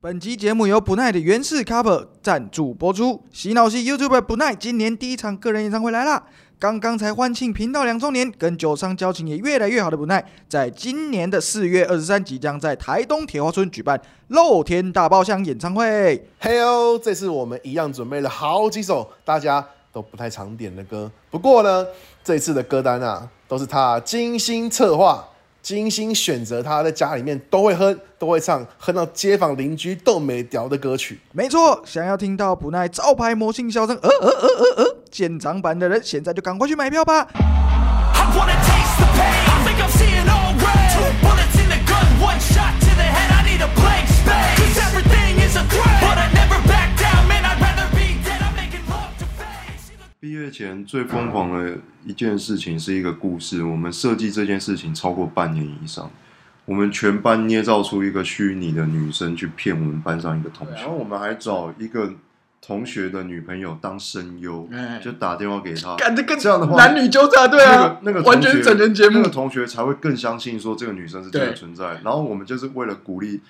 本集节目由不奈的原氏 cover 赞助播出。洗脑系 YouTuber 不奈今年第一场个人演唱会来啦！刚刚才欢庆频道两周年，跟酒商交情也越来越好的不奈，在今年的四月二十三即将在台东铁花村举办露天大包厢演唱会。嘿哦，这次我们一样准备了好几首大家都不太常点的歌，不过呢，这次的歌单啊，都是他精心策划、精心选择，他在家里面都会哼、都会唱，哼到街坊邻居都没调的歌曲。没错，想要听到不奈招牌魔性笑声，呃呃呃呃呃，现场版的人现在就赶快去买票吧！ I wanna taste the pain. I think I'm seeing all red. Two bullets in the gun, one shot to the head. I need a blank space. Cause everything is a threat. But I never back down, man. I'd rather be dead. I'm making love to fate. 毕业前最疯狂的一件事情是一个故事，我们设计这件事情超过半年以上，我们全班捏造出一个虚拟的女生去骗我们班上一个啊同学，然后我们还找一个同学的女朋友当声优，就打电话给他，感觉哎跟这样的话男女纠察队啊，那个那个完全是整人人节目那个同学才会更相信说这个女生是真的对存在。然后我们就是为了鼓励，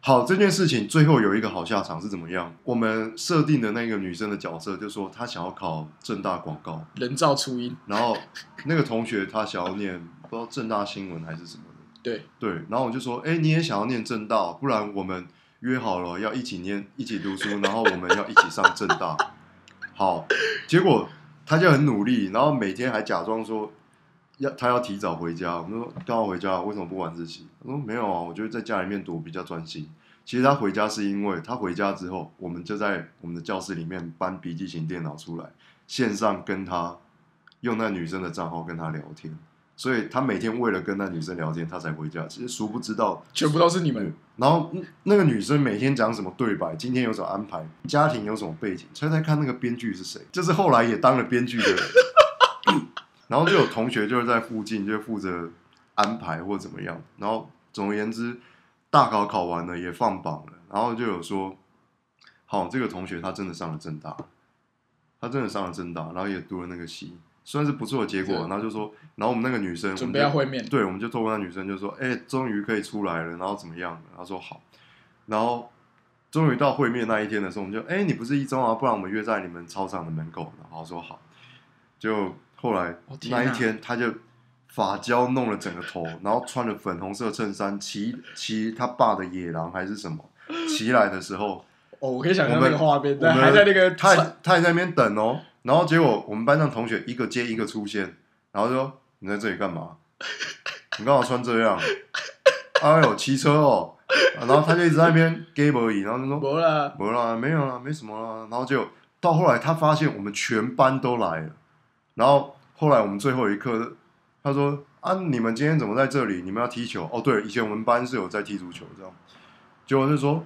好这件事情最后有一个好下场是怎么样？我们设定的那个女生的角色就说她想要考正大广告，人造初音，然后那个同学他想要念不知道正大新闻还是什么的，对对，然后我就说，哎，你也想要念正大，不然我们约好了要一起念一起读书，然后我们要一起上正大。好，结果他就很努力，然后每天还假装说要他要提早回家，我们就说刚好回家，为什么不晚自习？他说没有啊，我觉得在家里面读比较专心。其实他回家是因为他回家之后，我们就在我们的教室里面搬笔记型电脑出来，线上跟他用那女生的账号跟他聊天，所以他每天为了跟那女生聊天，他才回家。其实殊不知道全部都是你们。然后嗯那个女生每天讲什么对白，今天有什么安排，家庭有什么背景，猜猜看那个编剧是谁？就是后来也当了编剧的人。 然后就有同学就是在附近就负责安排或怎么样。然后总而言之，大考考完了也放榜了，然后就有说，好，这个同学他真的上了正大，他真的上了正大，然后也读了那个系，算是不错的结果。是然后就说，然后我们那个女生准备我要们就会面对，我们就透过那女生就说，哎、终于可以出来了，然后怎么样了？然后说好，然后终于到会面那一天的时候，我们就，哎、你不是一中啊，不然我们约在你们操场的门口，然后说好，就后来、哦天那一哪天他就。发胶弄了整个 头，然后穿了粉红色衬衫，骑骑他爸的野狼还是什 么，骑来的时候，哦，我可以想我象那们个画面，我但们还在那个他也他也在那边等哦，然后结果我们班上同学一个接一个出现，然后就说你在这里干 嘛？你干嘛穿这样？哎呦，骑车哦！啊然后他就一直在那边 gay 而已，然后就说没了，没啦，没有啦，没什么啦。然后就到后来，他发现我们全班都来了。然后后来我们最后一刻，他说：“啊，你们今天怎么在这里？你们要踢球？哦，对，以前我们班是有在踢足球，这样。”结果就说：“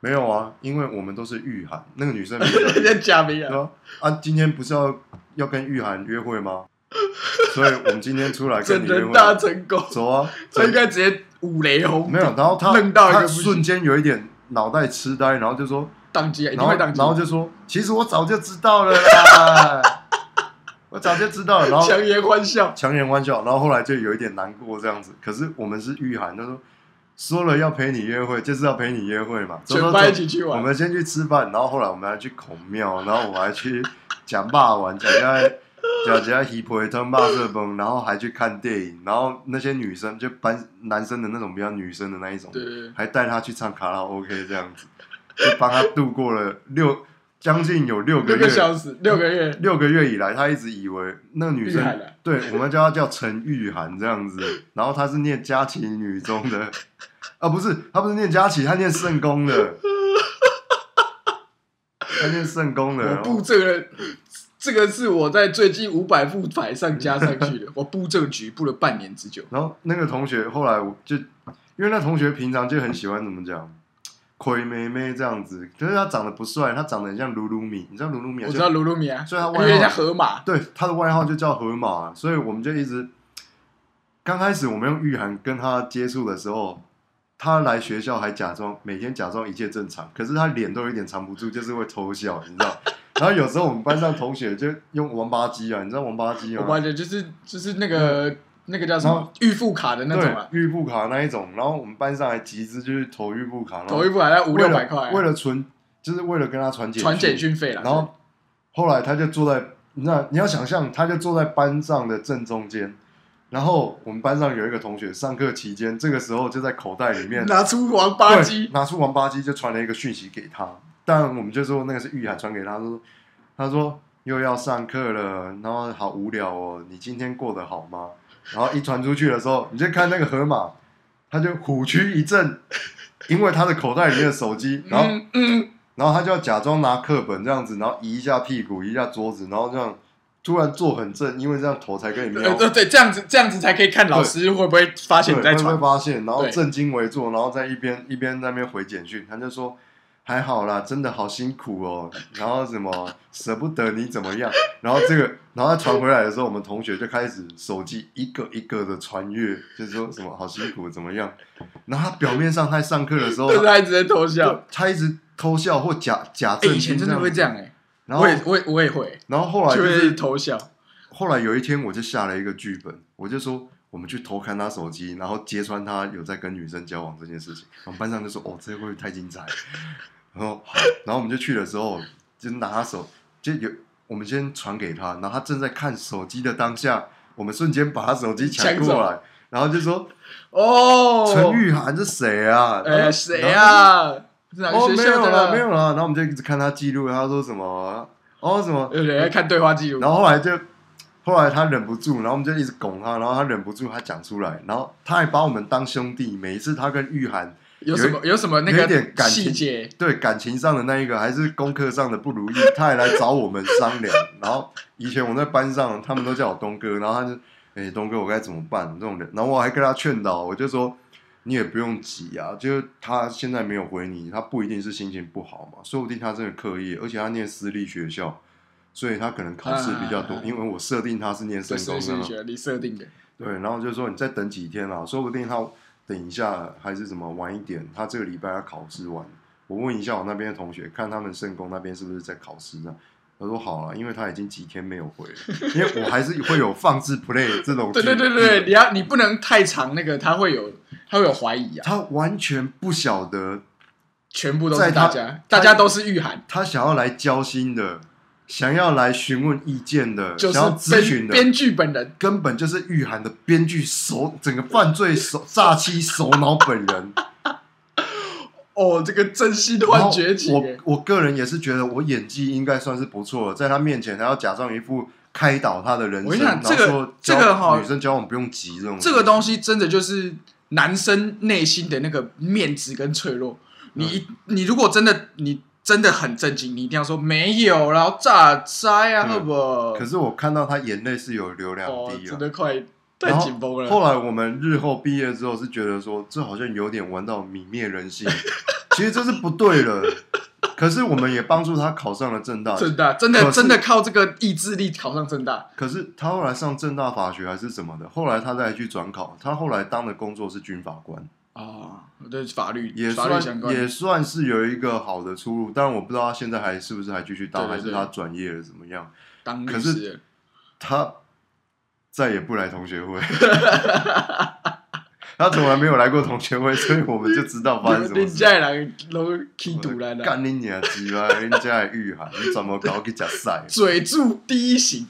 没有啊，因为我们都是御寒。”那个女生名字人家假名对啊，啊，啊，今天不是要要跟御寒约会吗？所以我们今天出来跟整你约人会，大成功，走啊，这应该直接五雷轰，没有。然后他愣到一他个不行瞬间有一点脑袋痴呆，然后就说。宕机啊，然一定后会宕机。然后就说，其实我早就知道了 啦，我早就知道了。然后强颜欢笑，强颜欢笑，然后后来就有一点难过这样子。可是我们是御寒，他说说了要陪你约会，就是要陪你约会嘛，走全走班走一起去我玩。们先去吃饭，然后后来我们还去孔庙，然后我还去讲霸王，讲家讲家喜婆汤霸色崩，然后还去看电影，然后那些女生就班男生的那种比较女生的那一种，对对对还带她去唱卡拉 OK 这样子，就帮她度过了六将近有六个六月嗯个小时，六个月，六个月以来，他一直以为那女玉生涵啊对我们叫她叫陈玉涵这样子， 然后她是念佳琪女中的，啊不是，她不是念佳琪，她念圣公的，她念圣公的，我然布后这个，这个是我在最近五百副牌上加上去的，我布这个局布了半年之久。然后那个同学后来我就，因为那同学平常就很喜欢怎么讲，亏妹妹这样子，可是他长得不帅，他长得很像鲁鲁米，你知道鲁鲁米啊？我知就道鲁鲁米啊，所以他外因号为像河马，对，他的外号就叫河马，啊所以我们就一直刚开始我们用玉涵跟他接触的时候，他来学校还假装每天假装一切正常，可是他脸都有一点藏不住，就是会偷笑，你知道。然后有时候我们班上同学就用王八鸡啊，你知道王八鸡吗嗯我？发现就是就是那个那个叫什然么后预付卡的那种对啊，，预付卡那一种，然后我们班上还集资就是投预付卡，然后投一付还要五为六了百块啊，为了存，就是为了跟他传简传简讯费啦。然后后来他就坐在那，你要想象，他就坐在班上的正中间。然后我们班上有一个同学，上课期间这个时候就在口袋里面拿出王八对鸡，拿出王八鸡就传了一个讯息给他，但我们就说那个是玉涵传给他，说他说又要上课了，然后好无聊哦，你今天过得好吗？然后一传出去的时候，你就看那个河马，他就虎躯一震，因为他的口袋里面的手 机，然后嗯嗯，然后他就要假装拿课本这样子，然后移一下屁股，移一下桌子，然后这样突然坐很正，因为这样头才可以瞄呃，对对，这样子这样子才可以看老师会不会发现你在对，会传被。发现，然后对正襟危坐，然后在一边一边在那边回简讯，他就说还好啦，真的好辛苦哦，然后什么舍不得你怎么样， 然后这个，然后他传回来的时候，我们同学就开始手机一个一个的穿越，就是说什么好辛苦怎么样，然后他表面上他上课的时候但，是他一直在偷笑。他一直偷笑或假假哎，正以经前真的会这样，样哎，然后我也我也我也会，然后后来就就会是偷笑。后来有一天，我就下了一个剧本，我就说我们去偷看他手机，然后揭穿他有在跟女生交往这件事情。我们班上就说：“哦，这会不会太精彩了？” 然后好，然后我们就去的时候，就拿他手，就有我们先传给他，然后他正在看手机的当下，我们瞬间把他手机抢抢走过来，然后就说：“哦，陈玉涵是谁啊？”哎，谁然后啊？是哪就个说？哦，学没校有的啦，啦？没有啦。然后我们就一直看他记录，他说什么？哦，什么？有人在看对话记录。然后后来就，后来他忍不住，然后我们就一直拱他，然后他忍不住他讲出来，然后他还把我们当兄弟。每一次他跟玉涵有什么有什么那有一点个感情细节？对感情上的那一个，还是功课上的不如意，他还来找我们商量。然后以前我在班上，他们都叫我东哥，然后他就，哎、东哥，我该怎么办？这种人，然后我还跟他劝导，我就说。你也不用急啊，就是他现在没有回你，他不一定是心情不好嘛，说不定他真的刻意，而且他念私立学校，所以他可能考试比较多，啊啊啊因为我设定他是念这深是工的是嘛，学你设定的，对，然后就说你再等几天啦，说不定他等一下还是什么晚一点，他这个礼拜要考试完，我问一下我那边的同学，看他们圣工那边是不是在考试呢？他说好啊了，因为他已经几天没有回 了，因为我还是会有放置 play 这种。嗯对对对对，对，你要你不能太长，那个他会有他会有怀疑啊，他完全不晓得全部都在是他大家，大家都是御寒，他想要来交心的，想要来询问意见的，就是想要咨询编的，编剧本人，根本就是御寒的编剧首整个犯罪首诈欺首脑本人。哦，这个真心然幻后觉起，我我个人也是觉得我演技应该算是不错了，在他面前还要假装一副开导他的人我跟生，然你讲后这个说这交个哈女生交往不用急这种这个东西，西真的就是男生内心的那个面子跟脆弱。你嗯一你如果真的你真的很震惊，你一定要说没有啦，然后咋摘啊，嗯好不好？可是我看到他眼泪是有流两哦，滴真啊。的快太然后紧绷了。后来我们日后毕业之后是觉得说，这好像有点玩到泯灭人 性，其实这是不对的。可是我们也帮助他考上了正大，正大真可的是真的靠这个意志力考上正大，可是他后来上正大法学还是什么的，后来他再去转考，他后来当的工作是军法官。哦，对法律也法律相算关也的，算是有一个好的出路，但我不知道他现在还是不是还继续当，对对对还是他转业了怎么样？当律可是师他再也不来同学 会，他从来没有来过同学会，所以我们就知道发生什么林事。家人都吸毒来了，干你娘鸡巴！人家的玉涵，你怎么搞去假赛？嘴住第一型。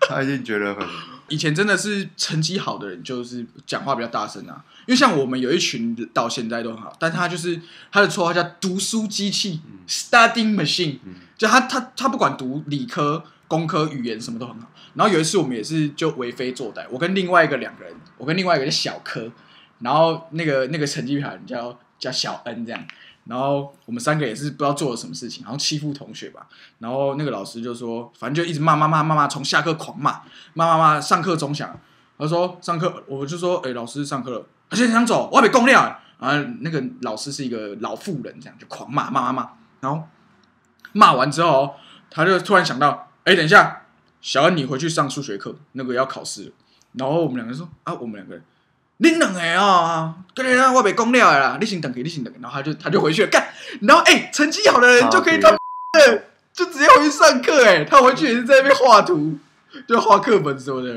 他一定觉得很以前真的是成绩好的人，就是讲话比较大声啊。因为像我们有一群到现在都很好，但他就是他的绰号叫“读书机器 ”（Studying Machine），、嗯就他他他不管读理科、工科、语言什么都很好。然后有一次我们也是就为非作歹，我跟另外一个两个人，我跟另外一个叫小柯，然后那个那个成绩好人叫叫小恩这样。然后我们三个也是不知道做了什么事情，然后欺负同学吧。然后那个老师就说，反正就一直骂骂骂骂骂，从下课狂骂骂骂骂，上课钟响，他说上课，我就说，哎、老师上课了，他现在想走，我还没供料啊。然后那个老师是一个老妇人，这样就狂骂骂骂骂，然后骂完之后，哦他就突然想到，哎、等一下，小恩你回去上数学课，那个要考试了。然后我们两个人说，啊，我们两个人。恁两个哦，跟你讲我袂讲了的啦，你先等去，你先等去，然后他就他就回去了，干，然后哎、成 绩好的人就可以到差别就直接回去上课哎、他回去也是在那边画图，就画课本什么的，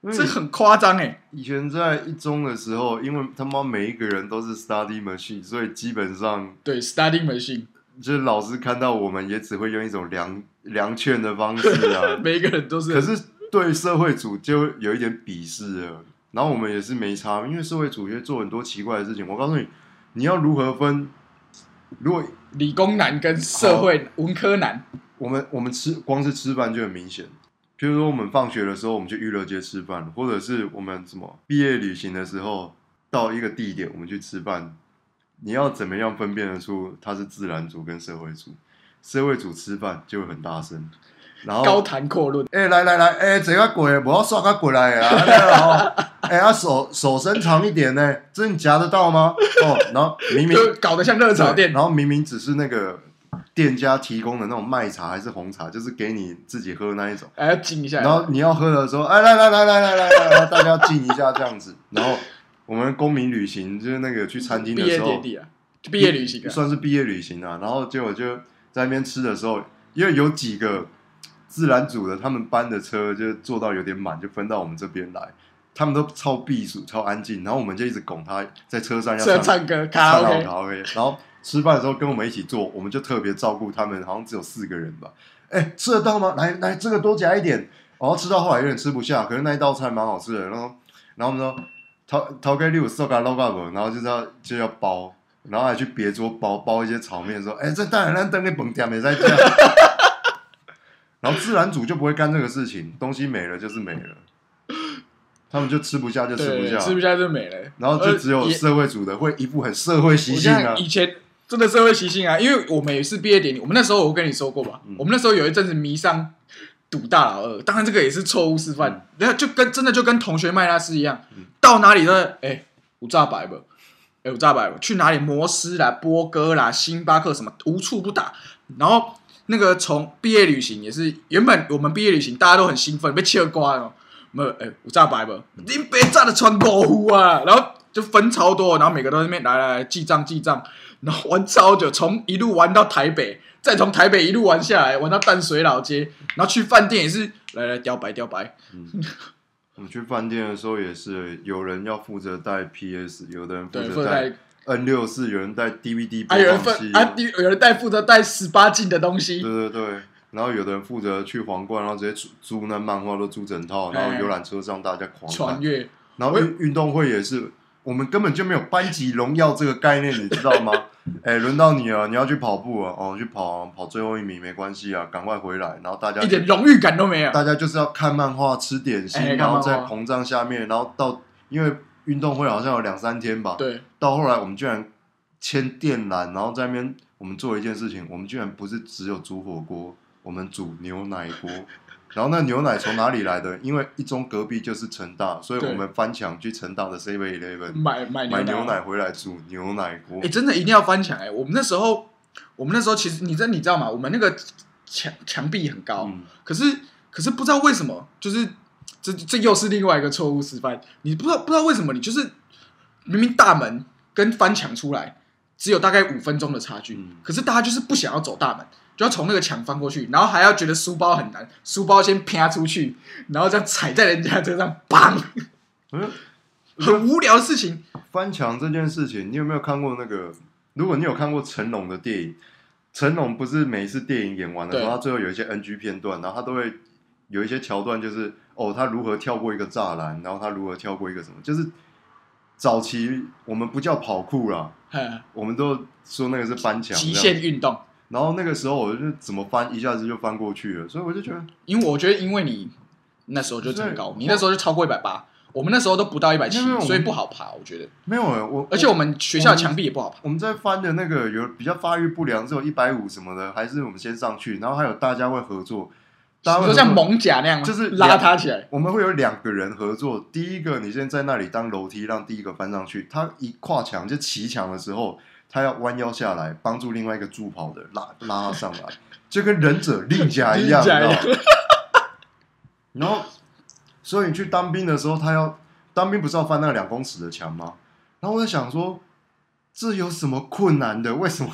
因为这很夸张哎。以前在一中的时候，因为他妈每一个人都是 study machine，所以基本上对，studying machine，。就是老师看到我们也只会用一种良良劝的方式啊 每一个人都是。可是对社会主就有一点鄙视了。然后我们也是没差，因为社会主义做很多奇怪的事情。我告诉你，你要如何分？如果理工男跟社会文科男，我们我们吃光是吃饭就很明显，比如说我们放学的时候，我们去娱乐街吃饭，或者是我们什么毕业旅行的时候到一个地点我们去吃饭，你要怎么样分辨得出他是自然组跟社会组？社会组吃饭就会很大声，然后高谈阔论，哎、来来来，哎、这个鬼，不要刷个鬼来啊！那个哦， 哎、啊手手伸长一点呢，这你夹得到吗？哦，然后明明就搞得像热炒店对。然后明明只是那个店家提供的那种麦茶还是红茶，就是给你自己喝那一种。还要静一下。然后你要喝的时候，哎，来来来来来来来，然后大家要敬一下这样子。然后我们公民旅行就是那个去餐厅毕的业时候典，礼啊，就毕业旅行啊，算是毕业旅行啊。然后结果就在那边吃的时候，因为有几个自然组的，他们班的车就坐到有点满，就分到我们这边来。他们都超避暑、超安静，然后我们就一直拱他在车上要是要唱唱歌卡拉 OK，好然后吃饭的时候跟我们一起做，我们就特别照顾他们，好像只有四个人吧。哎，吃得到吗？来来，这个多夹一点。然后吃到后来有点吃不下，可是那一道菜蛮好吃的。然后，然后我们说陶陶哥六瘦嘎捞嘎不，然后就是要就要包，然后还去别桌包包一些炒面，说哎，这当然咱等给甭点没在家。 然后自然组就不会干这个事情，东西没了就是没了，他们就吃不下就吃不对，下，吃不下就没了。然后就只有呃也社会主的会一副很社会习我性啊像，以前真的社会习性啊，因为我们也是毕业典礼，我们那时候我跟你说过吧，嗯我们那时候有一阵子迷上赌大老二，当然这个也是错误示嗯范，然后、就跟真的就跟同学麦拉斯一样，到哪里都是哎五炸白吧，哎五炸白吧，去哪里摩斯啦、波哥啦、星巴克什么无处不打，然后。那个从毕业旅行也是，原本我们毕业旅行大家都很兴奋，被切瓜了哦，没有，哎、有炸白不？林北炸的穿狗糊啊，然后就分超多，然后每个都在那边来来来记账记账，然后玩超久，从一路玩到台北，再从台北一路玩下来，玩到淡水老街，然后去饭店也是来来雕白雕白，我们去饭店的时候也是，有人要负责带 PS，有的人负对，责负责带带， N 六四，有人带 DVD 播还有人放器负，啊，有人带负责带十八禁的东西对，对对。然后有的人负责去皇冠，然后直接租租那漫画都租整套，哎然后游览车上大家狂穿看。越，然后运运动会也是，我们根本就没有班级荣耀这个概念，你知道吗？ 哎，轮到你了，你要去跑步啊，哦，去跑啊跑最后一名没关系啊，赶快回来。然后大家一点荣誉感都没 有，大家就是要看漫画、吃点心，哎看然后漫画在膨胀下面，然后到因为运动会好像有两三天吧，对，到后来我们居然签电缆，然后在那边我们做一件事情，我们居然不是只有煮火锅，我们煮牛奶锅。 然后那牛奶从哪里来的？因为一中隔壁就是成大，所以对我们翻墙去成大的 Seven Eleven 买买买牛牛奶回来煮牛奶锅哎、。真的一定要翻墙哎、我们那时候，我们那时候其实你这你知道吗？我们那个墙墙壁很高，嗯可是可是不知道为什么，就是这这又是另外一个错误示范。你不知道不知道为什么，你就是明明大门跟翻墙出来只有大概五分钟的差距，嗯可是大家就是不想要走大门。就要从那个墙翻过去，然后还要觉得书包很难，书包先啪出去，然后这样踩在人家车上， 砰，嗯，很无聊的 事情。翻墙这件事情，你有没有看过那个？如果你有看过成龙的电影，成龙不是每一次电影演完的时候，对他最后有一些 NG 片段，然后他都会有一些桥段，就是哦，他如何跳过一个栅栏，然后他如何跳过一个什么，就是早期我们不叫跑酷啦，嗯我们都说那个是翻墙，极限。运动，然后那个时候我就怎么翻，一下子就翻过去了，所以我就觉得因为我觉得，因为你那时候就很高对，你那时候就超过一百八，我们那时候都不到一百七没有没有，所以不好爬。我觉得，没有啊我，而且我们学校的墙壁也不好爬。我们在翻的那个有比较发育不良，只有一百五什么的，还是我们先上去，然后还有大家会合作，大家你会说合像作。猛甲那样吗，啊就是拉他起来，我们会有两个人合作，第一个你先在那里当楼梯，让第一个翻上去。他一跨墙就骑墙的时候，他要弯腰下来帮助另外一个助跑的拉拉他上来，就跟忍者令甲一样，你令知甲一道样吗？然后，所以你去当兵的时候，他要当兵不是要翻那个两公尺的墙吗？然后我在想说，这有什么困难的？为什么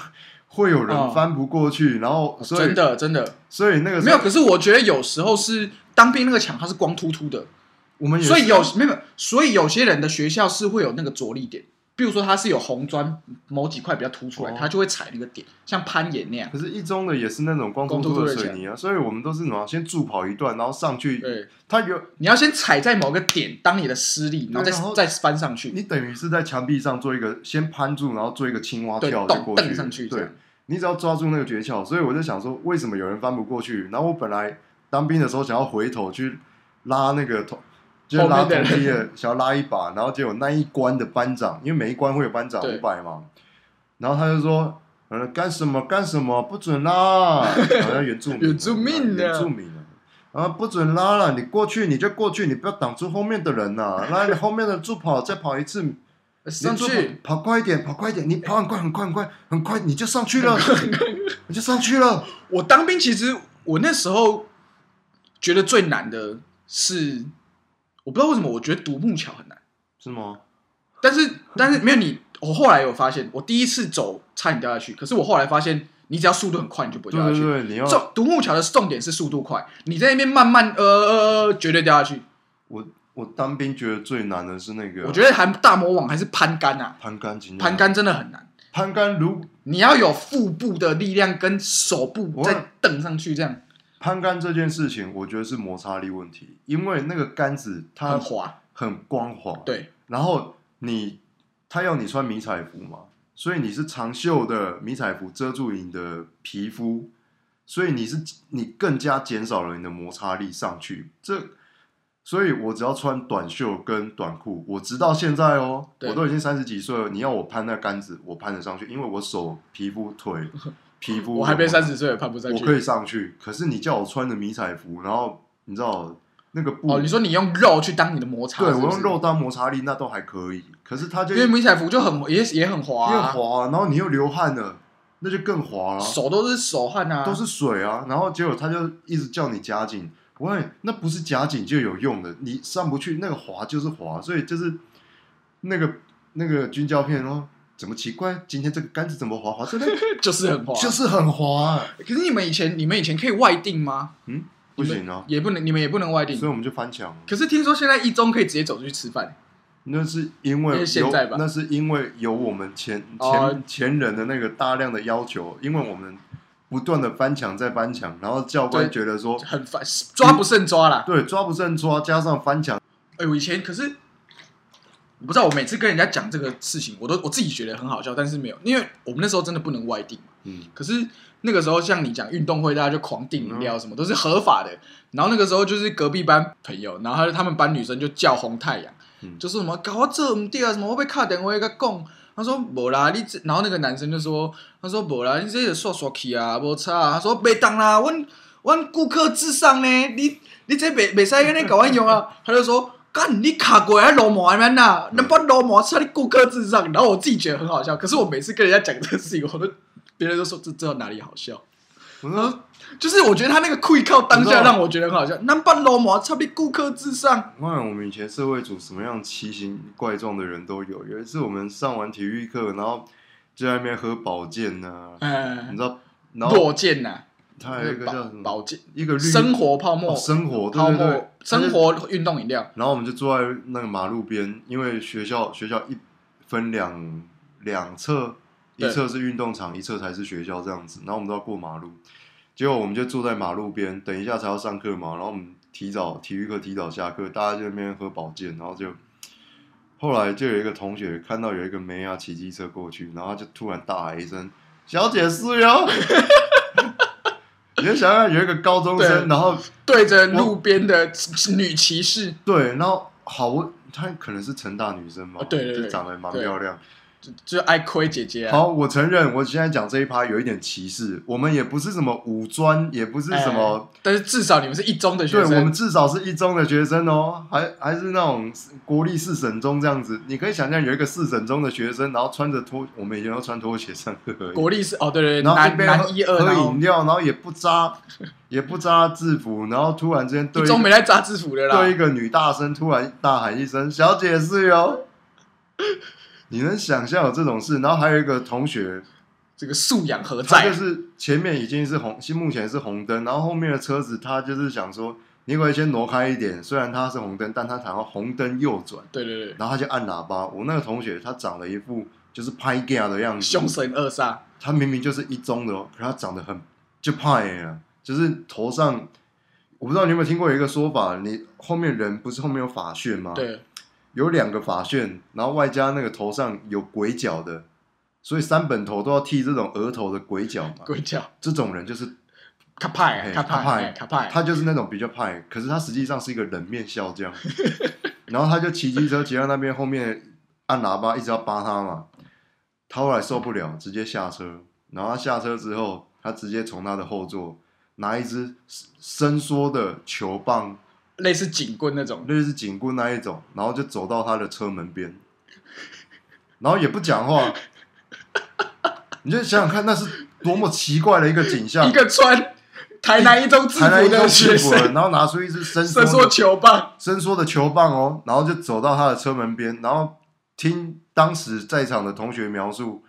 会有人翻不过去？然后所以哦真的真的所以那个时没候有。可是我觉得有时候是当兵那个墙它是光秃秃的，我们也所以是有没有？所以有些人的学校是会有那个着力点，比如说它是有红砖某几块比较凸出来，哦它就会踩那个点，像攀岩那样可。是一中的也是那种光秃秃的水泥啊，所以我们都是什么先助跑一段，然后上去，对，它有你要先踩在某个点当你的施力，然后再对然后再翻上去，你等于是在墙壁上做一个先攀住，然后做一个青蛙对，跳就蹬过蹬上去这对样。，你只要抓住那个诀窍，所以我就想说，为什么有人翻不过去？然后我本来当兵的时候想要回头去拉那个同，就是拉后面的同人梯的，想要拉一把，然后结果那一关的班长，因为每一关会有班长对五百嘛，然后他就说，呃，干什么干什么，不准拉，好像原住民， 原住民啊原住民啊。啊，不准拉了！你过去你就过去，你不要挡住后面的人呐、拉你后面的助跑再跑一次，上你去，跑跑快一点，跑快一点，你跑很快很快很快很快，你就上去了，你就上去了。我当兵其实我那时候觉得最难的是，我不知道为什么，我觉得独木桥很难。是吗？但是但是没有你，我后来有发现，我第一次走差点掉下去，可是我后来发现，你只要速度很快，你就不会对掉对下去。对，你要重独木桥的重点是速度快，你在那边慢慢呃呃呃呃，绝对啊掉下去。我我当兵觉得最难的是那个，我觉得还大魔王还是攀杆啊，攀杆经验，攀杆真的很难，攀杆如你要有腹部的力量跟手部我再蹬上去，这样攀杆这件事情，我觉得是摩擦力问题，因为那个杆子它很滑。很光滑，，对，然后你他要你穿迷彩服嘛，所以你是长袖的迷彩服遮住你的皮肤，所以你是你更加减少了你的摩擦力上去。这，所以我只要穿短袖跟短裤，我直到现在哦，对我都已经三十几岁了，你要我攀那杆子，我攀得上去，因为我手、皮肤、 腿、皮肤，我还没三，十岁，攀不上我去。可以上去。可是你叫我穿着迷彩服，然后你知道那个布。哦，你说你用肉去当你的摩擦，对，是不我是用肉，当摩擦力，那都还可以。可是他就因为迷彩服就很也也很滑、因为啊，滑、啊，然后你又流汗了，那就更滑了、啊手都是手汗啊，都是水啊。然后结果他就一直叫你夹紧，我问你那不是夹紧就有用的，你上不去那个滑就是滑，所以就是那个那个军教片哦，怎么奇怪？今天这个杆子怎么滑滑？真的就是很滑， 啊就是很滑、啊，可是你们以前，你们以前可以外定吗？嗯，不行啊，也不能，你们也不能外定所以。我们就翻墙了。可是听说现在一中可以直接走出去吃饭，那是因为因有为现在吧那是因为有我们前前、哦前人的那个大量的要求，因为我们不断的翻墙再翻墙，然后教官对觉得说很烦，抓不胜抓啦。对，抓不胜抓，加上翻墙，哎、我以前可是，我不知道，我每次跟人家讲这个事情，我都我自己觉得很好笑，但是没有，因为我们那时候真的不能外定嘛。嗯，可是那个时候，像你讲运动会，大家就狂订饮嗯料，什么、都是合法的。然后那个时候就是隔壁班朋友，然后他他们班女生就叫红太阳，嗯就是什么搞我这唔对啊，什么我被卡电话个讲。他说无啦，你这然后那个男生就说，他说无啦，你这个刷刷去啊，无差、啊。他说袂当啦，阮阮顾客至上呢，你你这袂袂使安尼搞阮用啊。他就说，干你卡过来罗毛安呐，那不罗毛差你顾客至上。然后我自己觉得很好笑，可是我每次跟人家讲这个事情，我都别人都说这这哪里好笑。我说就是我觉得他那个酷靠当我知下道让我觉得很好笑，那半罗毛差不顾客至上。哇，我们以前社会组什么样奇形怪状的人都有。有一次我们上完体育课，然后就在那边喝保健呐、哎你知道，然后落剑呐，他还有哎一个叫什么保健一个绿生活泡沫哦、生活泡对对对沫，生。他就活运动饮料，然后我们就坐在那个马路边，因为学校学校一分两两侧，一对侧是运动场，一侧才是学校这样子。然后我们都要过马路，结果我们就坐在马路边，等一下才要上课嘛。然后我们提早体育课提早下课，大家就在那边喝保健，然后就后来就有一个同学看到有一个妹啊骑机车过去，然后他就突然大喊一声：“小姐是哟！” 你就想想有一个高中对生，然后对着路边的女骑士，对，然后好，我她可能是成大女生嘛，啊对对对就长得蛮对漂亮。就就爱亏姐姐啊。好，我承认，我现在讲这一趴有一点歧视，我们也不是什么五专，也不是哎什么，但是至少你们是一中的对哎学我们生，至啊少是一中的学生哦，还还是那种国立四省中这样子。你可以想象有一个四省中的学生，然后穿着拖，我们以前都穿拖鞋上课而已，国力是哦，对对对，然后一男边喝男一二，然喝后饮料，然后也不扎也不扎制服，然后突然之间对一一中个没在扎制服的对一啦。个女大生突然大喊一声“小姐是 哟”，你能想象有这种事？然后还有一个同学，这个素养何他在就啊？是前面已经是红，目前是红灯，然后后面的车子他就是想说你可以先挪开一点，虽然他是红灯，但他想要红灯右转，对对对，然后他就按喇叭。我那个同学他长了一副就是拍 gay 的样子，凶神恶煞，他明明就是一中的哦，可是他长得很就派啊，就是头上，我不知道你有没有听过有一个说法，你后面人不是后面有发旋吗？，对，有两个发旋，然后外加那个头上有鬼角的，所以三本头都要剃这种额头的鬼角嘛。鬼叫，这种人就是卡派，嘿卡派，卡派哎卡派，他就是那种比较派，可是他实际上是一个冷面笑匠。 然后他就骑机车骑到那边后面按喇叭，一直要扒他嘛。他后来受不了，直接下车。然后他下车之后，他直接从他的后座拿一支伸缩的球棒，类似警棍那种，类似警棍那一种，然后就走到他的车门边，然后也不讲话。 你就想想看，那是多么奇怪的一个景象一。个穿台南一中制才来服一的个制学服了，生，然后拿出一支伸缩伸缩的球棒，伸缩的球棒哦，然后就走到他的车门边，然后听当时在场的同学描述，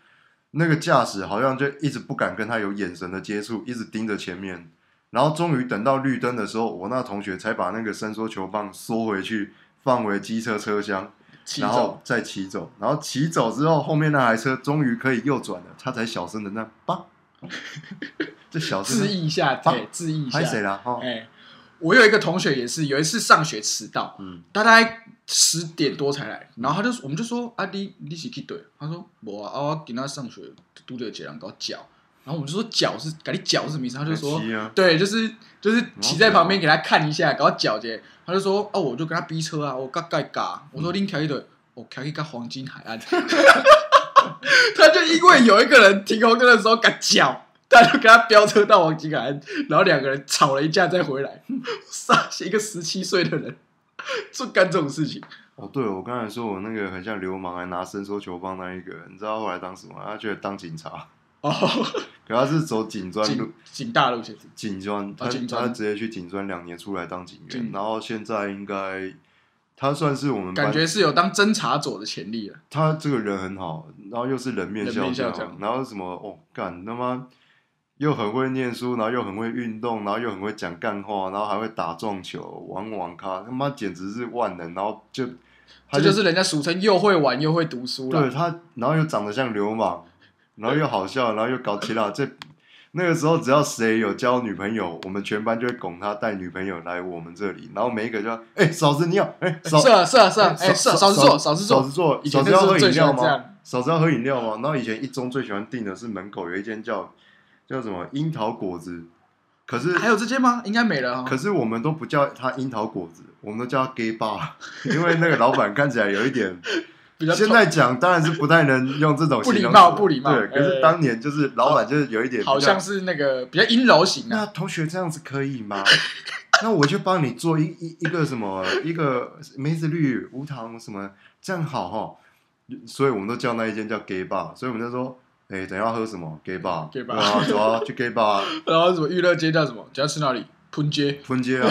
那个驾驶好像就一直不敢跟他有眼神的接触，一直盯着前面，然后终于等到绿灯的时候，我那同学才把那个伸缩球棒缩回去，放回机车车厢，骑然走后，再骑走，然后骑走之后，后面那台车终于可以右转了，他才小声的那叭，这小 致声意一下，对，致意一下拍，谁啦？哦，哎，我有一个同学也是，有一次上学迟到，嗯，大概十点多才来，然后他就我们就说啊，你你是去对？他说我啊，啊我给他上学拄着一个人搞脚，然后我们就说脚是给你脚是什么意思？他就说骑啊对，就是就是骑在旁边给他看一下，搞脚节，他就说啊，我就跟他逼车啊，我嘎嘎嘎，我说拎开一堆，哦我开一个黄金海岸， 他就因为有一个人停红灯的时候嘎脚。他就跟他飙车到黄金海岸，然后两个人吵了一架再回来，杀一个十七岁的人，就干这种事情。哦，对，我刚才说我那个很像流氓，还拿伸缩球棒那一个，你知道他后来当什么？他觉得当警察，哦，可他是走警专路警，警大路线，警专，他警专他直接去警专两年出来当警员，警然后现在应该他算是我们班感觉是有当侦查佐的潜力了。他这个人很好，然后又是人面人笑面笑匠，匠然后什么哦干他妈又很会念书，然后又很会运动，然后又很会讲干话，然后还会打撞球、玩网咖，他妈简直是万能，然后就他这就是人家俗称又会玩又会读书对了。他，然后又长得像流氓，然后又好笑，然后又搞其他这。那个时候，只要谁有交女朋友，我们全班就会拱他带女朋友来我们这里，然后每一个就哎、嫂子你好，哎、嫂是啊是啊是啊，哎哎是啊少子座少子嫂子座，座，以嫂前子要那时喝候最饮喜料欢这吗？样。嫂子要喝饮料吗？然后以前一中最喜欢订的是门口有一间叫叫什么樱桃果子，可是 还有这间吗？应该没了哈可。是我们都不叫它樱桃果子，我们都叫它 gay bar，因为那个老板看起来有一点比较现在讲当然是不太能用这种不形礼容貌词不礼貌对，可是哎当年就是老板就是有一点比较好像是那个比较阴柔型那啊，同学这样子可以 吗？那我就帮你做一一一个什么一个梅子绿无糖什么，这样好哈。所以我们都叫那一间叫 gay bar，所以我们就说，哎、等一下要喝什么 gay bar gay bar 对啊，走啊，去 gay bar 然后什么娱乐街叫什么？只要吃哪里？喷街分街 啊。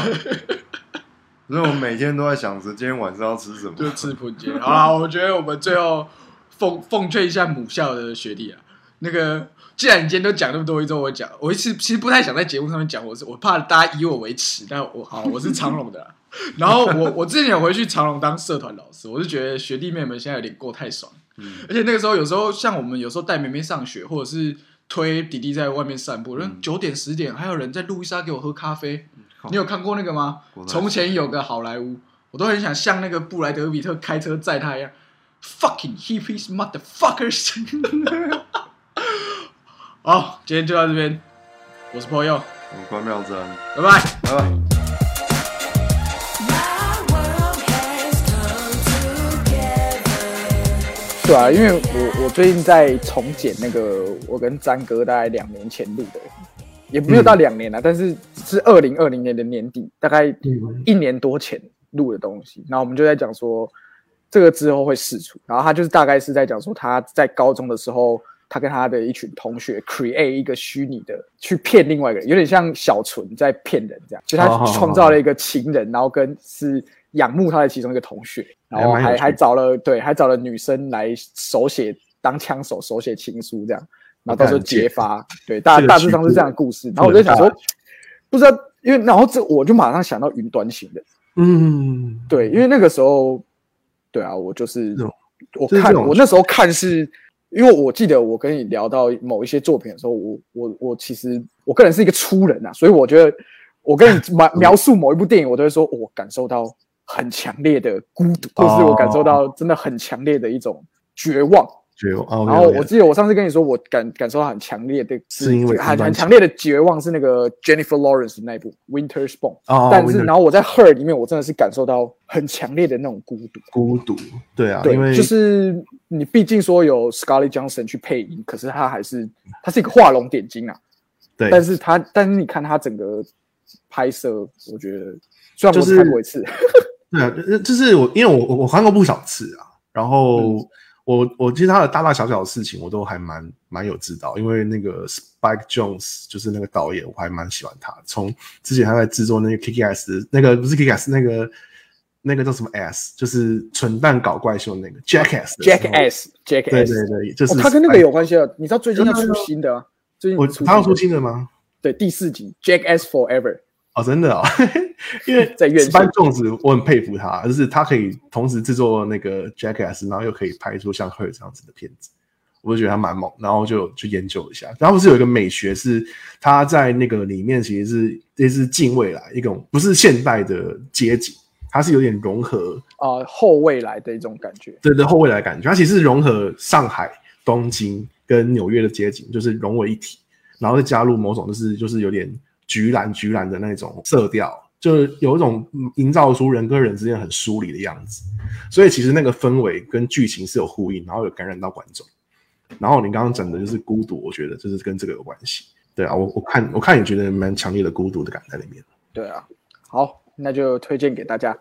所以我们每天都在想着今天晚上要吃什么。就吃喷 街。好啦，我觉得我们最后奉奉劝一下母校的学弟啊，那个既然你今天都讲那么多一周，我讲我一次其实不太想在节目上面讲，我是我怕大家以我为耻，但我好我是长隆的 啦。然后我我之前有回去长隆当社团老师，我就觉得学弟妹们现在有点过太爽。嗯而且那个时候有时候像我们有时候带妹妹上学，或者是推弟弟在外面散步，那九点十点还有人在路易莎给我喝咖啡。嗯靠你有看过那个吗国？内从前有个好莱坞，我都很想像那个布莱德比特开车载他一样，fucking hippies motherfuckers。好，今天就到这边，我是朋友，我们关妙珍，拜拜。拜拜。对啊，因为我我最近在重剪那个我跟詹哥大概两年前录的，也没有嗯到两年了、但是是二零二零年的年底，大概嗯一年多前录的东西。然后我们就在讲说这个之后会释出，然后他就是大概是在讲说他在高中的时候，他跟他的一群同学 create 一个虚拟的去骗另外一个人，有点像小纯在骗人这样，就他哦好好创造了一个情人，然后跟是仰慕他的其中一个同学，然后还蛮有还趣还找了对，还找了女生来手写当枪手手写情书这样，然后到时候我感觉 揭发，对，大这个大致上曲库是这样的故事。然后我就想这个说很，不知道因为然后这我就马上想到云端型的，嗯，对，因为那个时候，对啊，我就是这种我就是这看种我那时候看是，因为我记得我跟你聊到某一些作品的时候，我我我其实我个人是一个粗人啊，所以我觉得我跟 你嗯描描述某一部电影，我都会说我感受到很强烈的孤独，或是我感受到真的很强烈的一种绝望。哦绝望。哦然后没有我记得我上次跟你说，我感感受到很强烈的，是因为很云端很强烈的绝望是那个 Jennifer Lawrence 的那一部《Winter's Bone》。哦但是 Winter- 然后我在 Her 里面，我真的是感受到很强烈的那种孤独。孤独，对啊，因对，为就是你毕竟说有 Scarlett Johansson 去配音，可是他还是他是一个画龙点睛啊。对，但是他但是你看他整个拍摄，我觉得虽然就我只是看过一次，对啊，呃就是我，因为我我我看过不少次啊，然后嗯我我其实他的大大小小的事情我都还蛮蛮有知道，因为那个 Spike Jones 就是那个导演，我还蛮喜欢他。从之前他在制作那个 Kick Ass 那个不是 Kick Ass 那个那个叫什么 S，就是蠢蛋搞怪秀那个 Jackass 的时候 Jackass 对对 Jackass，对，就是哎哦，他跟那个 Spike- 有关系啊。你知道最近要出新的啊？最近我出他要新出的新的吗？对第四集 Jackass Forever。哦，真的哦，因为在院线 Spike Jones 我很佩服他，就是他可以同时制作那个 Jackass，然后又可以拍出像 Her 这样子的片子，我就觉得他蛮猛，然后就去研究一下。然后不是有一个美学是他在那个里面其实是这是近未来一种不是现代的街景，它是有点融合啊、后未来的一种感觉。对对后未来的感觉，它其实是融合上海、东京跟纽约的街景，就是融为一体，然后再加入某种就是就是有点橘蓝橘蓝的那种色调，就是有一种嗯营造出人跟人之间很疏离的样子。所以其实那个氛围跟剧情是有呼应，然后有感染到观众。然后你刚刚讲的就是孤独，我觉得就是跟这个有关系。对啊，我我看我看也觉得蛮强烈的孤独的感在里面。对啊，好，那就推荐给大家。